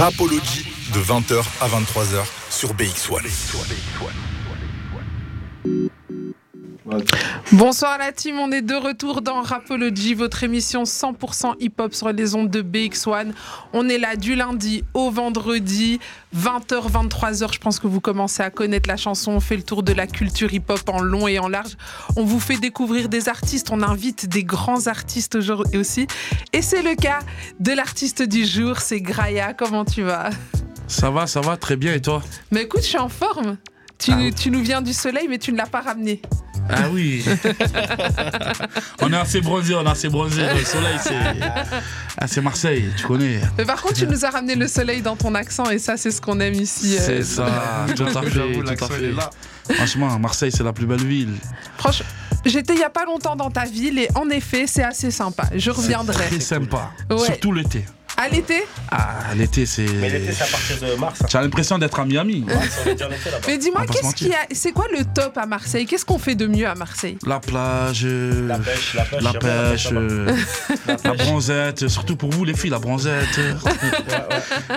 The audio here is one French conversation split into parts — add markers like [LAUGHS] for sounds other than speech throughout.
Rapology de 20h à 23h sur BX1. Bonsoir la team, on est de retour dans Rapology, votre émission 100% hip-hop sur les ondes de BX1. On est là du lundi au vendredi, 20h, 23h. Je pense que vous commencez à connaître la chanson. On fait le tour de la culture hip-hop en long et en large. On vous fait découvrir des artistes, on invite des grands artistes aujourd'hui aussi. Et c'est le cas de l'artiste du jour, c'est Graia. Comment tu vas Ça va, ça va, très bien et toi Mais écoute, je suis en forme. Tu, Ah oui. tu nous viens du soleil, mais tu ne l'as pas ramené. Ah oui [LAUGHS] On est assez bronzé, on est assez bronzé. Le soleil, c'est. Ah, c'est Marseille, tu connais. Mais par contre, tu nous as ramené le soleil dans ton accent et ça, c'est ce qu'on aime ici. euh. C'est ça, tout à fait, J'avoue, tout à l'accent, il fait. est là. Franchement, Marseille, c'est la plus belle ville. Franchement, j'étais il n'y a pas longtemps dans ta ville et en effet, c'est assez sympa. Je reviendrai. Très sympa. Ouais. Surtout l'été. À l'été Ah, l'été, c'est. Mais l'été, c'est à partir de mars. Tu as l'impression d'être à Miami. hein. Mars, on est déjà en été là-bas. Mais dis-moi, On va pas se qu'est-ce mentir. qu'il y a C'est quoi le top à Marseille Qu'est-ce qu'on fait de mieux à Marseille La plage. La pêche, la La pêche. j'avoue, la pêche, pêche, là-bas. euh, la, bronzette, surtout pour vous les filles, la bronzette,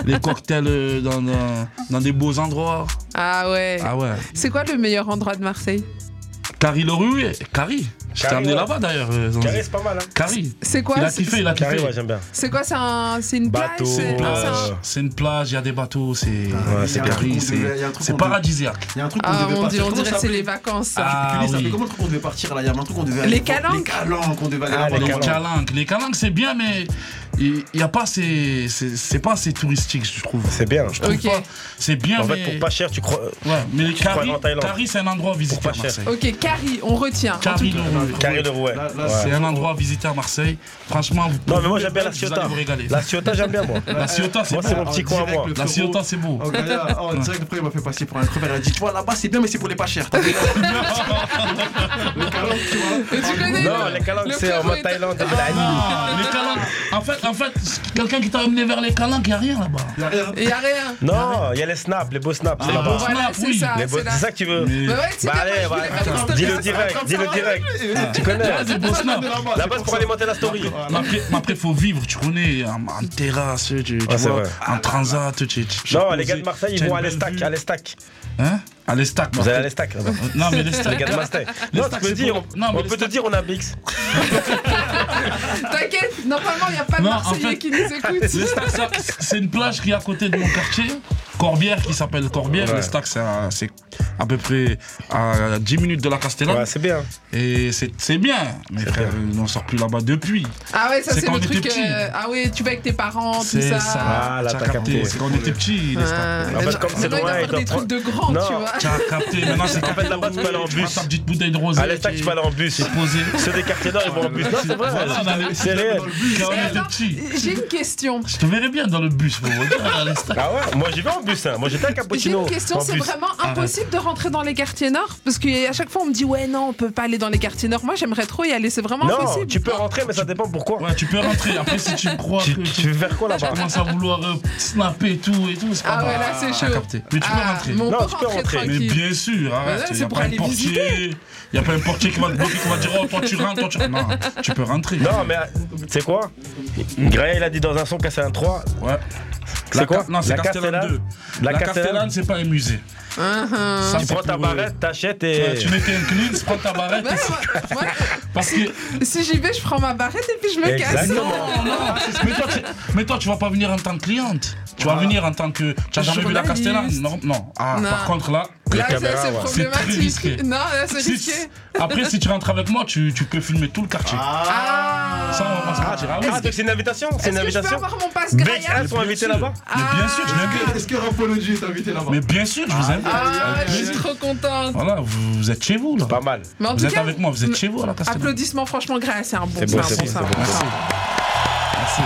les cocktails euh, dans, dans, dans des beaux endroits. Ah ouais. Ah ouais. C'est quoi le meilleur endroit de Marseille Carrie Leroux, Carrie. Je t'ai Carrie, amené ouais. là-bas d'ailleurs. euh, Zanzi. Carré, c'est pas mal. Hein. Carrie. C'est quoi Il a c'est- kiffé, il a Carré, kiffé. ouais, j'aime bien. C'est quoi C'est un, c'est une plage hein. Bateau, c'est- C'est une non, c'est un- plage, c'est une plage, il y a des bateaux, c'est Ouais, c'est il y a un truc Carrie, qu'on c'est- devait- il y a un truc c'est qu'on devait- paradisiaque. Il y a un truc qu'on Ah, devait on, partir. dirait- on Comment dirait ça c'est les s'appelait vacances. ça. Ah Culé, ça fait oui. comment le truc qu'on devait partir là Il y a un truc qu'on devait Les aller- calanques Les calanques, on devait aller Ah, là-bas. les Les calanques. calanques, les calanques c'est bien mais il y a pas assez c'est c'est pas assez touristique je trouve. C'est bien. Je trouve Ok. pas. C'est bien En mais fait, pour pas cher, tu crois. euh, ouais, mais tu crois Carrie, en Thaïlande. Carrie, c'est un endroit à visiter pas à cher. Marseille. Ok, Carrie, on retient. Carrie Leroux. Carré de Rouet. Là, là, Ouais. C'est un endroit à visiter à Marseille. Franchement, vous Non, mais moi, j'aime bien la vous allez Ciotat. vous régaler. La Ciotat, j'aime bien, moi. [LAUGHS] La Ciotat, c'est Moi, beau. c'est mon Ah, petit coin à direct, moi. le La frérot. Ciotat, c'est beau. Oh, Gaïa, oh, direct après, il m'a fait passer pour un crevard. Il a dit Tu vois, là-bas, c'est bien, mais c'est pour les pas chers. T'as vu Les calanques, tu vois. Mais tu En connais gros, Non, les calanques, Le c'est en frérot mode est- Thaïlande. Ah, les calanques. En fait, en fait, quelqu'un qui t'a amené vers les calanques, il n'y a rien là-bas. y a rien. Il n'y a rien. Non, il y a les snaps, les beaux snaps, c'est Ah, là-bas. Voilà, snap, c'est oui. ça. Les beaux- C'est C'est là. ça que tu veux Mais- Bah ouais, tu sais, Bah moi, allez, je voulais bah, faire une story dis-le à ça. direct, dis-le direct. Tu connais Ah, c'est beau snap. Là-bas, c'est pour alimenter la story. Mais après, mais après, faut vivre, tu connais, en, en terrasse, tu, tu Ouais, c'est vois, vrai. en transat, tu, tu, tu- Non, tu- les gars de Marseille, ils t'as vont une à belle l'Estac, vue. à l'Estac. Hein À l'estac. Vous allez à l'Estac là-bas. Non, mais [LAUGHS] Les [LAUGHS] gars de l'estac. Marseille. Non, tu L'Estac, peux c'est dire, bon. on- Non, mais on peut te l'Estac- dire, on a BX. T'inquiète, normalement, il n'y a pas de Non, en Marseillais fait- qui nous écoutent. L'estac, ça- [LAUGHS] c'est une plage qui est à côté de mon quartier. Corbière, qui s'appelle Corbière. Ouais. L'estac, c'est à, c'est à peu près à 10 minutes de la Castellane. Ouais, c'est bien. Et c'est c'est bien, mais frère, euh, on sort plus là-bas depuis. Ah ouais, ça C'est c'est quand le on était truc. petit. euh, ah ouais, tu vas avec tes parents, tout C'est ça. Euh, ça. Ah, là, T'as t'as capté. C'est quand on était petit, les stars. Ouais. En fait, Maintenant, comme c'est maintenant, il loin, va il faire doit des trucs prendre- de grands, Non. tu vois. T'as capté. Maintenant, c'est En fait, là-bas, tu peux aller en Tu prends bus. ta petite bouteille de rosé. À l'Estac, tu vas aller en bus. C'est posé. Ceux des quartiers nord, ils vont en bus. Non, c'est Voilà, on vrai. allait- C'est réel. Quand Et on était alors, petit. J'ai une question. Je te verrais bien dans le bus, pour vous dire, à l'estac. Ah ouais, moi j'y vais en bus. Hein. Moi j'étais à J'ai Cappuccino. une question, en c'est bus. vraiment impossible de rentrer dans les quartiers nord Parce qu'à chaque fois on me dit ouais non on peut pas aller dans les quartiers nord. Moi j'aimerais trop y aller, c'est vraiment Non, impossible. tu peux rentrer, mais ça dépend pourquoi. Ouais, tu peux rentrer. Après, si tu crois Tu, que tu tu veux faire quoi là-bas commences à vouloir euh, snapper et tout, et tout, c'est pas Ah ouais mal. là c'est T'as chaud. capté. Mais tu peux Ah, rentrer. mais on Non, peut tu peux rentrer rentrer, Mais tranquille. bien sûr, là, arrête. c'est Il n'y a pour pas un aller portier. Il a pas un portier qui va te bloquer, qui va te dire Oh, toi tu rentres, toi tu. Non, tu peux rentrer. Non, mais tu sais quoi Gray, il a dit dans un son qu'à un 3. Ouais. C'est La quoi Ca- Non, c'est La Castellane 2. Castellane La, La Castellane, Castellane, c'est pas un musée. Ah, Ça, Tu c'est prends ta pour, euh, barrette, t'achètes ouais, et. tu mets tes inclines, prends ta barrette. Ouais, et c'est- moi- moi, Parce que. si j'y vais je prends ma barrette et puis je me casse. Exactement. Mais toi, tu... mais toi, tu vas pas venir en tant que cliente. Tu vas venir en tant que. Tu as jamais vu la Journaliste. Castellane Non, non. Ah, Non. par contre, là. Là ça, caméras, c'est ouais. C'est très risqué. problématique. Non là c'est si- risqué. Après, si tu rentres avec moi, tu, tu peux filmer tout le quartier. Ah. Ça, on va pas se mentir. Ah oui. Ah, donc c'est une invitation C'est une Est-ce que je peux invitation avoir mon passe Bex, Gaïa elles sont invitées là-bas Mais bien sûr, je les invite. Est-ce que Rapology est invité là-bas Mais bien sûr, je vous invite. Ah, Avec je suis plaisir. trop contente. Voilà, vous, vous êtes chez vous, là. Pas mal. Mais en Vous tout êtes cas, avec moi, vous êtes chez vous à la Castellane. applaudissements, franchement, Grâce, c'est un bon, C'est c'est un beau, bon, c'est beau, c'est c'est un beau. bon. Merci. Merci.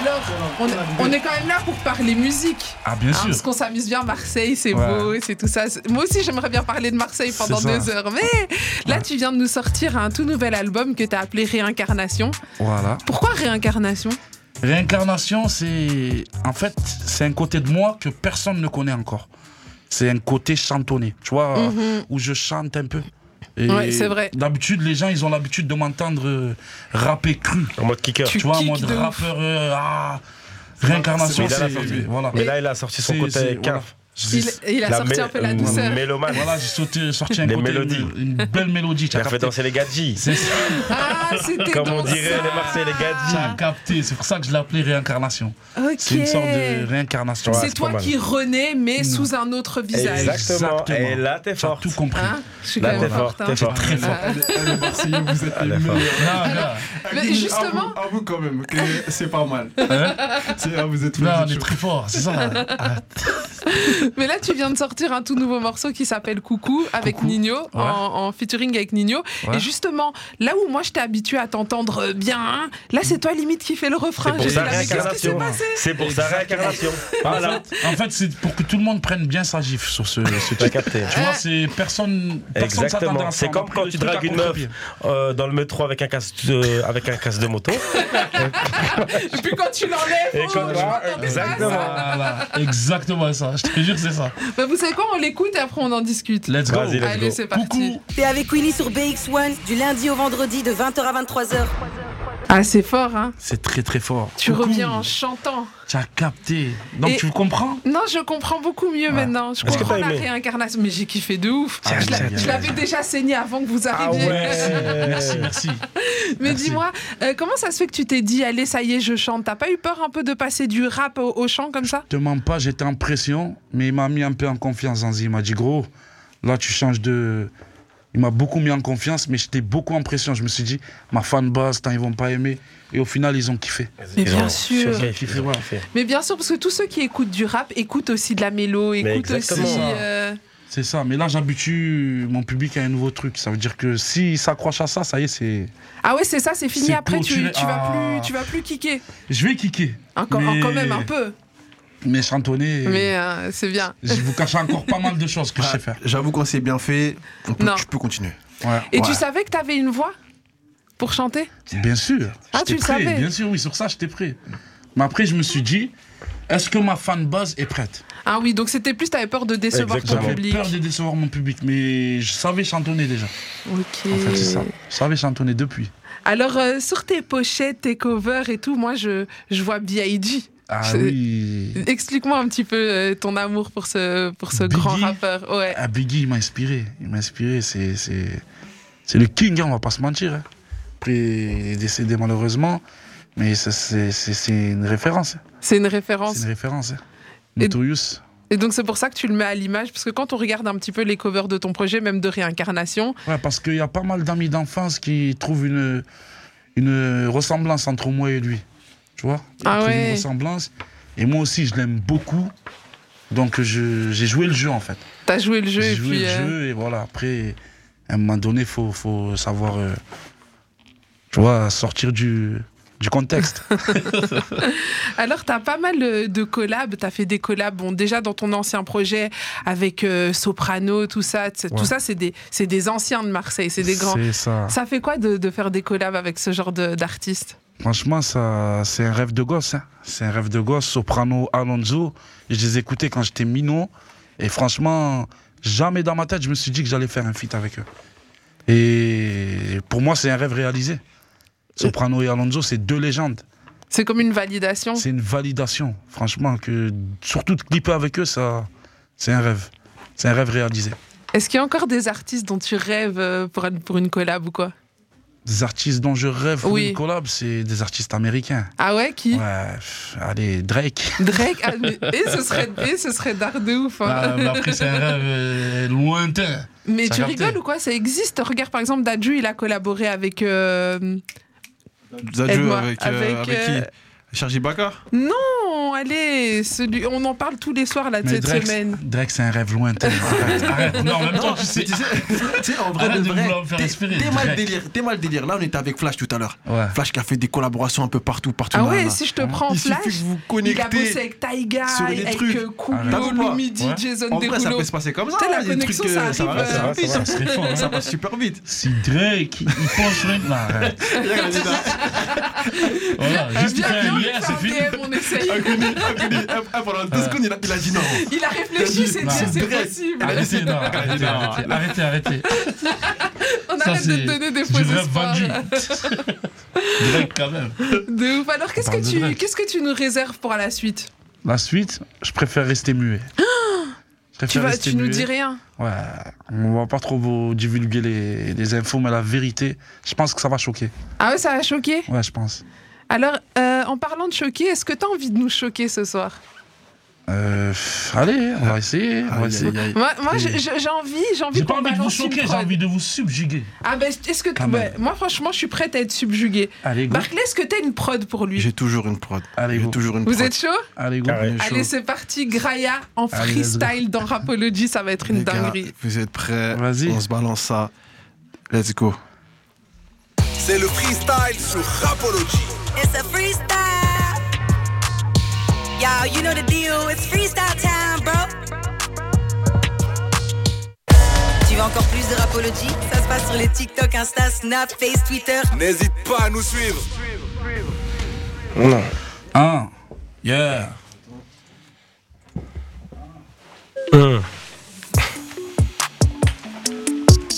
Alors, on, on est quand même là pour parler musique. Ah, bien hein, sûr. parce qu'on s'amuse bien, Marseille, c'est Ouais. beau, c'est tout ça. C'est- Moi aussi, j'aimerais bien parler de Marseille pendant C'est ça. deux heures. Mais là, tu viens de nous sortir un tout nouvel album que tu as appelé Réincarnation. Voilà. Pourquoi Réincarnation Réincarnation, c'est. En fait, c'est un côté de moi que personne ne connaît encore. C'est un côté chantonné, tu vois, euh, où je chante un peu. Et Mhm. Ouais, c'est vrai. D'habitude, les gens, ils ont l'habitude de m'entendre euh, rapper cru. En mode kicker. Tu Tu vois, en kicks mode de ouf. rappeur. euh, ah, Réincarnation, Mais il a la c'est. sortie. Voilà. Mais là, il a sorti son C'est- côté c'est- caf. Il, il a La sorti mé- un peu la euh, douceur. Mélomane. Voilà, j'ai sauté, sorti un Des côté, mélodies. Une, une belle mélodie. Il t'as a fait capté. danser les gadjis. C'est ça, Ah, c'était Comme on dans dirait ça. les Marseillais, les t'as gadjis. capté. C'est pour ça que je l'appelais réincarnation. Ok. C'est une sorte de réincarnation. Ouais, C'est c'est toi pas mal. qui renais, mais sous un autre visage. Exact. Exactement. Et là, t'es T'as forte. tout compris. Hein je suis Là, quand t'es même fort, forte. hein. t'es fort. Très Ah. fort. Les Marseillais, vous êtes Ah, les la fin. meilleurs. Non, non. Mais Avoue- justement- avoue- Avoue quand même que c'est [LAUGHS] pas mal. Hein C'est- ah, vous êtes vous Non, on êtes est chaud. très fort, c'est ça. Ah, Mais là, tu viens de sortir un tout nouveau morceau qui s'appelle Coucou avec Coucou. Nino, en, Ouais. en featuring avec Nino. Ouais. Et justement, là où moi je t'ai habitué à t'entendre euh, bien, hein, là c'est toi limite qui fais le refrain. C'est pour J'ai sa dit, là, mais qu'est-ce qui s'est réincarnation. passé C'est pour sa [LAUGHS] réincarnation. Voilà. En fait, c'est pour que tout le monde prenne bien sa gifle sur ce, ce T'as [LAUGHS] titre. capté. Tu vois, c'est personne. personne Exactement. s'attendait à ça. C'est On a comme pris quand le tu truc à dragues une contre-pied. Euh, dans le métro avec un casque de, avec un casque de [LAUGHS] moto. Et puis quand tu l'enlèves, Et oh, quand- je m'attendais Exactement. pas à Voilà, exactement ça. Je te jure, c'est ça. ça. Bah, vous savez quoi, on l'écoute et après on en discute. Let's go. Vas-y, let's Allez, go. c'est parti. Coucou. T'es avec Queenie sur BX1 du lundi au vendredi de 20h à 23h. Ah, c'est fort, hein C'est très très fort. Tu Coucou. reviens en chantant. Tu as capté. Donc Et- tu comprends Non, je comprends beaucoup mieux maintenant. Je que comprends t'as la aimé réincarnation. Mais j'ai kiffé de ouf. Ah, je l'a- génial. je l'avais déjà saigné avant que Ah vous arriviez. Merci, merci. Mais Merci. dis-moi, euh, comment ça se fait que tu t'es dit, allez, ça y est, je chante T'as pas eu peur un peu de passer du rap au, au chant comme ça Je te mens pas, j'étais en pression, mais il m'a mis un peu en confiance, Zanzi. Il m'a dit, gros, là, tu changes de. Il m'a beaucoup mis en confiance, mais j'étais beaucoup en pression. Je me suis dit, ma fanbase, tant ils vont pas aimer. Et au final, ils ont kiffé. Mais bien Ils ont- sûr. ils ont kiffé, ils ont kiffé. Mais bien sûr, parce que tous ceux qui écoutent du rap écoutent aussi de la mélo, écoutent aussi. exactement. euh, C'est ça. Mais là, j'habitue mon public à un nouveau truc. Ça veut dire que s'ils s'accrochent à ça, ça y est, c'est. Ah ouais, c'est ça, c'est fini. C'est Après, tu, clôturé. tu vas Ah. plus, tu vas plus kicker. Je vais kicker. Encore, Mais- quand même un peu. Mais chantonner. Mais euh, c'est bien. Je vous cache encore pas mal de choses que je sais faire. J'avoue qu'on s'est bien fait. On peut- Non. Je peux continuer. Ouais. Et tu Ouais. savais que t'avais une voix pour chanter Bien sûr. Ah, J'étais tu le prêt. savais. Bien sûr, oui, sur ça, j'étais prêt. Mais après, je me suis dit, est-ce que ma fanbase est prête Ah oui, donc c'était plus, t'avais peur de décevoir ton Exactement. J'avais public. peur de décevoir mon public, mais je savais chantonner déjà. Ok. En fait, c'est ça. Je savais chantonner depuis. Alors, euh, sur tes pochettes, tes covers et tout, moi, je, je vois B.I.G. Ah C'est- oui. Explique-moi un petit peu euh, ton amour pour ce, pour ce Biggie. grand rappeur. Ouais. Ah, Biggie, il m'a inspiré. Il m'a inspiré. C'est, c'est, c'est le king, hein, on va pas se mentir. hein. Après, il est décédé malheureusement, mais ça, c'est, c'est, c'est une référence. hein. C'est une C'est référence. une référence. hein. Et- Notorious. Et donc, c'est pour ça que tu le mets à l'image, parce que quand on regarde un petit peu les covers de ton projet, même de réincarnation, Ouais, parce qu'il y a pas mal d'amis d'enfance qui trouvent une, une ressemblance entre moi et lui. Tu vois Ils Ah trouvent ouais. Une ressemblance. Et moi aussi, je l'aime beaucoup. Donc, je- j'ai joué le jeu, en fait. t'as joué le jeu. J'ai Et joué puis, le euh, jeu, et voilà. Après, à un moment donné, il faut, faut savoir, euh, tu vois, sortir du, du [LAUGHS] contexte. Alors, t'as pas mal euh, de collabs. T'as fait des collabs, bon, déjà dans ton ancien projet avec euh, Soprano, tout ça. t- Tout Ouais. ça, c'est des, c'est des anciens de Marseille, c'est des grands. C'est ça. Ça fait quoi de, de faire des collabs avec ce genre de- d'artistes Franchement, ça, c'est un rêve de gosse. hein. C'est un rêve de gosse. Soprano, Alonso, je les écoutais quand j'étais minot. Et franchement, jamais dans ma tête, je me suis dit que j'allais faire un feat avec eux. Et pour moi, c'est un rêve réalisé. Soprano et Alonso, c'est deux légendes. C'est comme une validation. C'est une validation. Franchement, que surtout de clipper avec eux, ça, c'est un rêve. C'est un rêve réalisé. Est-ce qu'il y a encore des artistes dont tu rêves euh, pour, pour une collab ou quoi Des artistes dont je rêve pour Oui. une collab, c'est des artistes américains. Ah ouais, qui Ouais, pff, allez, Drake. Drake ah, mais- et ce serait et ce serait d'art de ouf. hein. Ah, mais après, c'est un rêve euh, lointain. mais ça tu a capté. rigoles ou quoi Ça existe. Regarde par exemple Dadju, il a collaboré avec euh, Zadju Aide-moi. avec, euh, Avec, avec euh, qui Sergi Baka non, allez, celui on en parle tous les soirs là de Mais cette Drake, semaine. Drake, c'est un rêve [LAUGHS] lointain. Arrête, arrête. Non, en même temps, tu sais. tu sais, tu sais, en vrai, Arrête de de vrai, vouloir me faire t'es- respirer, t'es mal direct. Ah. délire, t'es mal délire. Là, on était avec Flash tout à l'heure. Ouais. Flash qui a fait des collaborations un peu partout, partout. Ah là, ouais, là. si je te prends en Il flash. suffit que vous Il a bossé connectez. avec Taiga, sur les avec trucs. euh, Ah, là. Coolio, T'as vu pas Lumidi, Ouais. Jason En vrai, ça Derulo. peut se passer comme ça. Putain, la hein, il y a des connexion, trucs, ça euh, arrive, va, euh, ça va, ça va. Ça serait fort. hein. Ça passe super [LAUGHS] vite. Si Drake, il pense sur une. Non, [LAUGHS] arrête. Voilà, Euh, juste il Viens, fait viens, un on lui lien, fait c'est un fini. DM, on essaye. Ah, Pendant deux secondes, il a- il a dit non. Il a réfléchi, c'est Non. c'est Drake. possible. Arrêtez, non, arrêtez, arrêtez, arrêtez, arrêtez. On Ça, arrête de c'est te donner des faux du rêve espoirs. vendu. Direct quand même. De ouf. Alors, qu'est-ce On parle que de tu, Drake. qu'est-ce que tu nous réserves pour la suite La suite, je préfère rester [GASPS] muet. Je préfère Tu vas, rester tu nous muet. dis rien. Ouais, on va pas trop vous divulguer les, les infos, mais la vérité, je pense que ça va choquer. Ah ouais, ça va choquer. Ouais, je pense. Alors, euh, en parlant de choquer, est-ce que t'as envie de nous choquer ce soir Euh, pff, allez, on va essayer. On va essayer. Moi, moi, je- je- j'ai envie, j'ai envie. J'ai pas qu'on envie de vous balance une choquer, j'ai prod. envie de vous subjuguer. Ah ben, est-ce que t- Quand ouais, même. moi, franchement, je suis prête à être subjuguée. Allez, Mmh. go. Barclay, est-ce que t'as une prod pour lui J'ai toujours une prod. Allez, J'ai go. toujours une prod. Vous êtes chaud Allez, go. Carré. On est chaud. Allez, c'est parti. Graia en Allez, let's go. freestyle dans Rapology, ça va être une Les gars, dinguerie. Vous êtes prêts Vas-y. On se balance ça. Let's go. C'est le freestyle sur Rapology. It's a freestyle. Y'all, you know the deal. It's freestyle time, bro. Tu veux encore plus de rapologie Ça se passe sur les TikTok, Insta, Snap, Face, Twitter. N'hésite pas à nous suivre. Un. Yeah.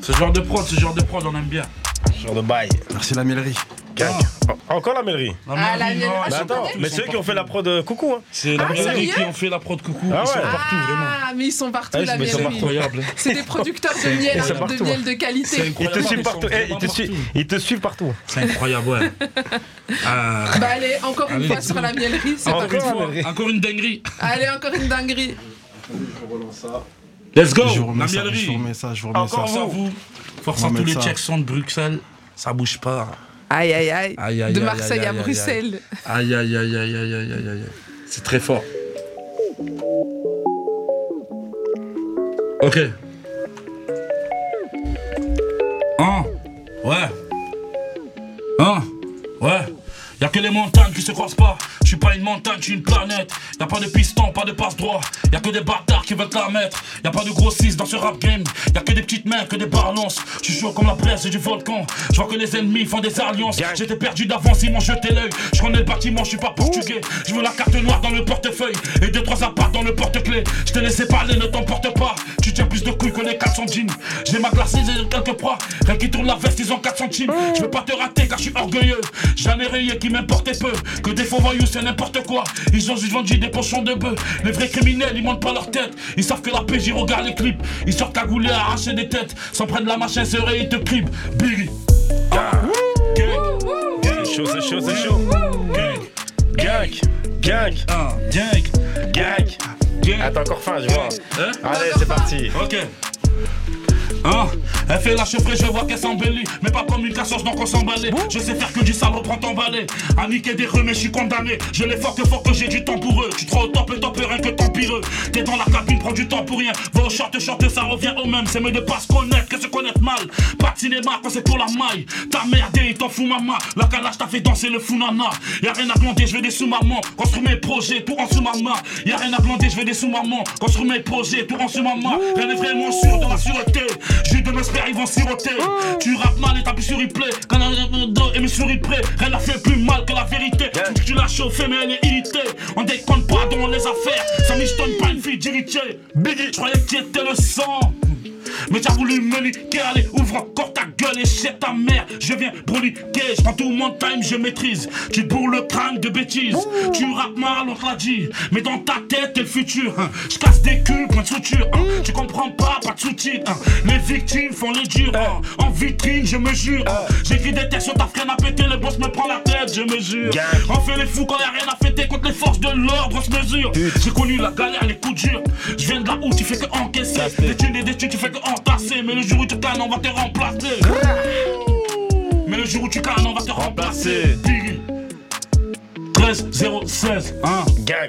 Ce genre de prod, ce genre de prod, on aime bien. Genre de bail. Merci la mêlerie. Cac. En- Oh, Encore la mêlerie. Ah, la mairie, mienne. non, Ah, ils Mais sont attends, partout, mais ils sont c'est eux qui ont partout. fait la prod euh, coucou. Hein. C'est la Ah, mairie sérieux qui ont fait la prod coucou. Ah ils sont ouais. partout, vraiment. Ah, mais ils sont partout, Ah, la mais ils sont C'est miel. incroyable. C'est des producteurs de miel, c'est hein, de partout, miel de qualité. Ils te suivent partout. Eh, ils, te C'est suivent, ils te suivent partout. C'est incroyable, [LAUGHS] ouais. Ah. Bah allez, encore une Allez, fois let's sur go. la miellerie, c'est Encore parti. une fois, encore une dinguerie. Allez, encore une dinguerie. Let's go, Je vous Oh, la remets ça, je vous mielerie. remets ça, je vous remets Encore ça. ça, vous. Force On à va tous les mettre ça. checks sont de Bruxelles. Ça bouge pas. Aïe, aïe, aïe. Aïe, aïe, de aïe, Marseille aïe, à aïe, aïe. Bruxelles. Aïe, aïe, aïe, aïe, aïe, aïe, aïe, aïe. C'est très fort. Ok. Hein Ouais. Hein Ouais. Y'a que les montagnes qui se croisent pas. Je suis pas une montagne, je suis une planète. Y'a pas de piston, pas de passe droit. Y'a que des bâtards qui veulent te la mettre. Y'a pas de grossistes dans ce rap game. Y'a que des petites mères, que des balances. Je suis chaud comme la presse du volcan. Je vois que les ennemis font des alliances. J'étais perdu d'avance, ils m'ont jeté l'œil. Je connais le bâtiment, je suis pas portugais. Je veux la carte noire dans le portefeuille. Et deux, trois apparts dans le porte-clés. Je t'ai laissé parler, ne t'emporte pas. Tu tiens plus de couilles que les 400 jeans. J'ai ma glace, j'ai quelques proies. Rien qui tourne la veste, ils ont 400 centimes. Je veux pas te rater car je suis orgueilleux. J'en ai rayé qui m'importait peu. Que des faux voyous, c'est n'importe quoi. Ils ont juste vendu des pochons de bœuf. Les vrais criminels, ils montent pas leur tête. Ils savent que la PJ regarde les clips. Ils sortent cagoulés, arracher des têtes. S'en prennent la machine serrée, ils te cribent. Biggie. Ah. Gang. C'est chaud, c'est chaud, c'est chaud. Gang. Gang. Gang. Ah. Gang. Gang. Gang. Attends, encore fin, je vois. Hein Allez, c'est parti. Ok. Hein Elle fait la chauffée, je vois qu'elle s'embellit. Mais pas comme une cassoche, donc on s'emballait. Je sais faire que du salaud, prends ton balai. À niquer des remets, je suis condamné. Je les fort que fort que j'ai du temps pour eux. Tu trop au top, le top, rien que tant pireux. T'es dans la cabine, prends du temps pour rien. Va au short, short, ça revient au même. C'est mieux de pas se connaître que se connaître mal. Pas de cinéma quand c'est pour la maille. Ta merdé, il t'en fout, maman. La calage t'a fait danser le fou, nana. Y'a rien à glander, je veux des sous-mamans. Construis mes projets, tout en sous-maman. Y'a rien à glander, je veux des sous-mamans. Construis mes projets, tout en sous-maman. Rien n'est vraiment sûr dans la sûreté. J'ai de m'espère, ils vont siroter. Tu rappes mal et t'appuies sur replay. Quand la dos et mes sur replay, rien n'a fait plus mal que la vérité. Tu dis que Tu l'as chauffé, mais elle est irritée. On déconne pas dans les affaires. Ça m'étonne pas une fille d'irritier. Biggie, je croyais que tu étais le sang. Mais t'as voulu me niquer, allez ouvre encore ta gueule et jette ta mère Je viens broliquer, je prends tout mon time, je maîtrise Tu te bourres le crâne de bêtises Tu rappes mal, on te l'a dit Mais dans ta tête, t'es le futur hein. Je casse des culs, point de suture hein. Tu comprends pas, pas de sous-titres hein. Les victimes font les durs hein. En vitrine, je me jure hein. J'écris des textes sur ta frêne à péter Le boss me prend la tête, je me jure Gang. On fait les fous quand y'a rien à fêter Contre les forces de l'ordre, on se mesure J'ai connu la galère, les coups durs Je viens de là où tu fais que encaisser Des thunes et des thunes, tu fais que entasser Mais le jour où tu cannes, on va te remplacer Mais le jour où tu cannes, on va te remplacer Biggie. 13 0 16 hein. Gang.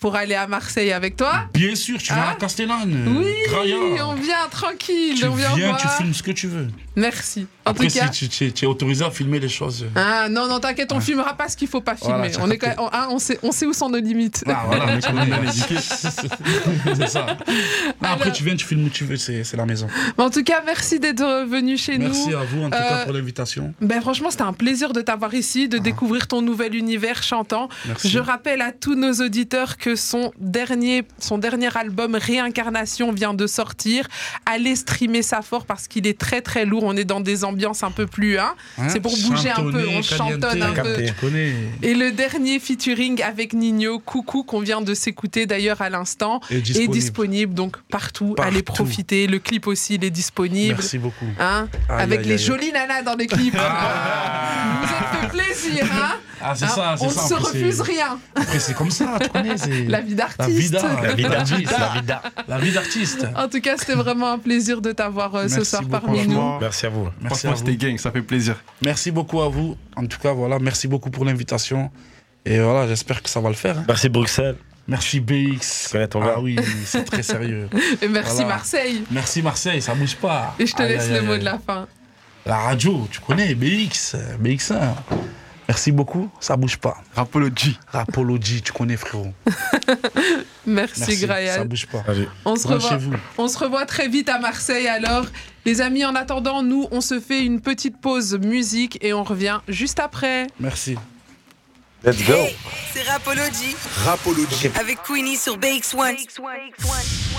pour aller à Marseille avec toi. Bien sûr, tu viens Ah. à Castellane. euh, Oui, Graia. on vient tranquille, Tu on vient viens, voir. tu filmes ce que tu veux. Merci. En Après, tout cas. si tu, tu- tu es autorisé à filmer les choses. euh, Ah, non, non, t'inquiète, on filmera pas ce qu'il faut pas filmer. Voilà, t'as on, est capté. quand- on- hein, on sait, on sait où sont nos limites. Ah, voilà, mec, on est bien [LAUGHS] éduqué. c'est ça. Non, Après, Alors- tu viens, tu filmes où tu veux, c'est c'est la maison. Mais en tout cas, merci d'être venu chez nous. Merci hein. à vous, en tout euh, cas, pour l'invitation. Ben franchement, c'était un plaisir de t'avoir ici, Ah. de découvrir ton nouvel univers chantant. Merci. Je rappelle à tous nos auditeurs que son dernier, son dernier album Réincarnation vient de sortir. Allez streamer ça fort parce qu'il est très très lourd. On est dans des ambiances un peu plus hein. C'est pour bouger un peu, on chantonne un peu. Tu connais. Et le dernier featuring avec Nino, Coucou, qu'on vient de s'écouter d'ailleurs à l'instant, Et est disponible. disponible donc partout. Allez Partout. profiter. Le clip aussi, il est disponible. Merci beaucoup. Hein Aïe, avec aïe, les aïe. jolies nanas dans les clips. Ah, Vous êtes fait plaisir, hein Ah, c'est Hein, ça, c'est On ça. ne se après, c'est- refuse rien. Après, c'est comme ça, tu connais. c'est- La vie La d'artiste. vida, la vie d'artiste, la vie- vida. la vie d'artiste. En tout cas, c'était vraiment un plaisir de t'avoir euh, ce Merci soir beaucoup, parmi nous. Franchement, Merci à vous. Merci à franchement, vous. c'était gang, ça fait plaisir. Merci beaucoup à vous. En tout cas, voilà, merci beaucoup pour l'invitation. Et voilà, j'espère que ça va le faire. hein. Merci Bruxelles. Merci BX. connais ton gars. ah oui, c'est très sérieux. Et [LAUGHS] merci Voilà. Marseille. Merci Marseille, ça bouge pas. Et je te Aïe, laisse aïe, le aïe, mot aïe. de la fin. La radio, tu connais, BX, euh, BX1. Merci beaucoup, ça bouge pas. Rapology. Rapology, tu connais frérot. Merci, Merci, ça Grayal. bouge pas. On se Rentre revoit. chez vous. On se revoit très vite à Marseille alors. Les amis, en attendant, nous, on se fait une petite pause musique et on revient juste après. Merci. Let's go. Hey, c'est Rapology Rapology. avec Queenie sur BX1.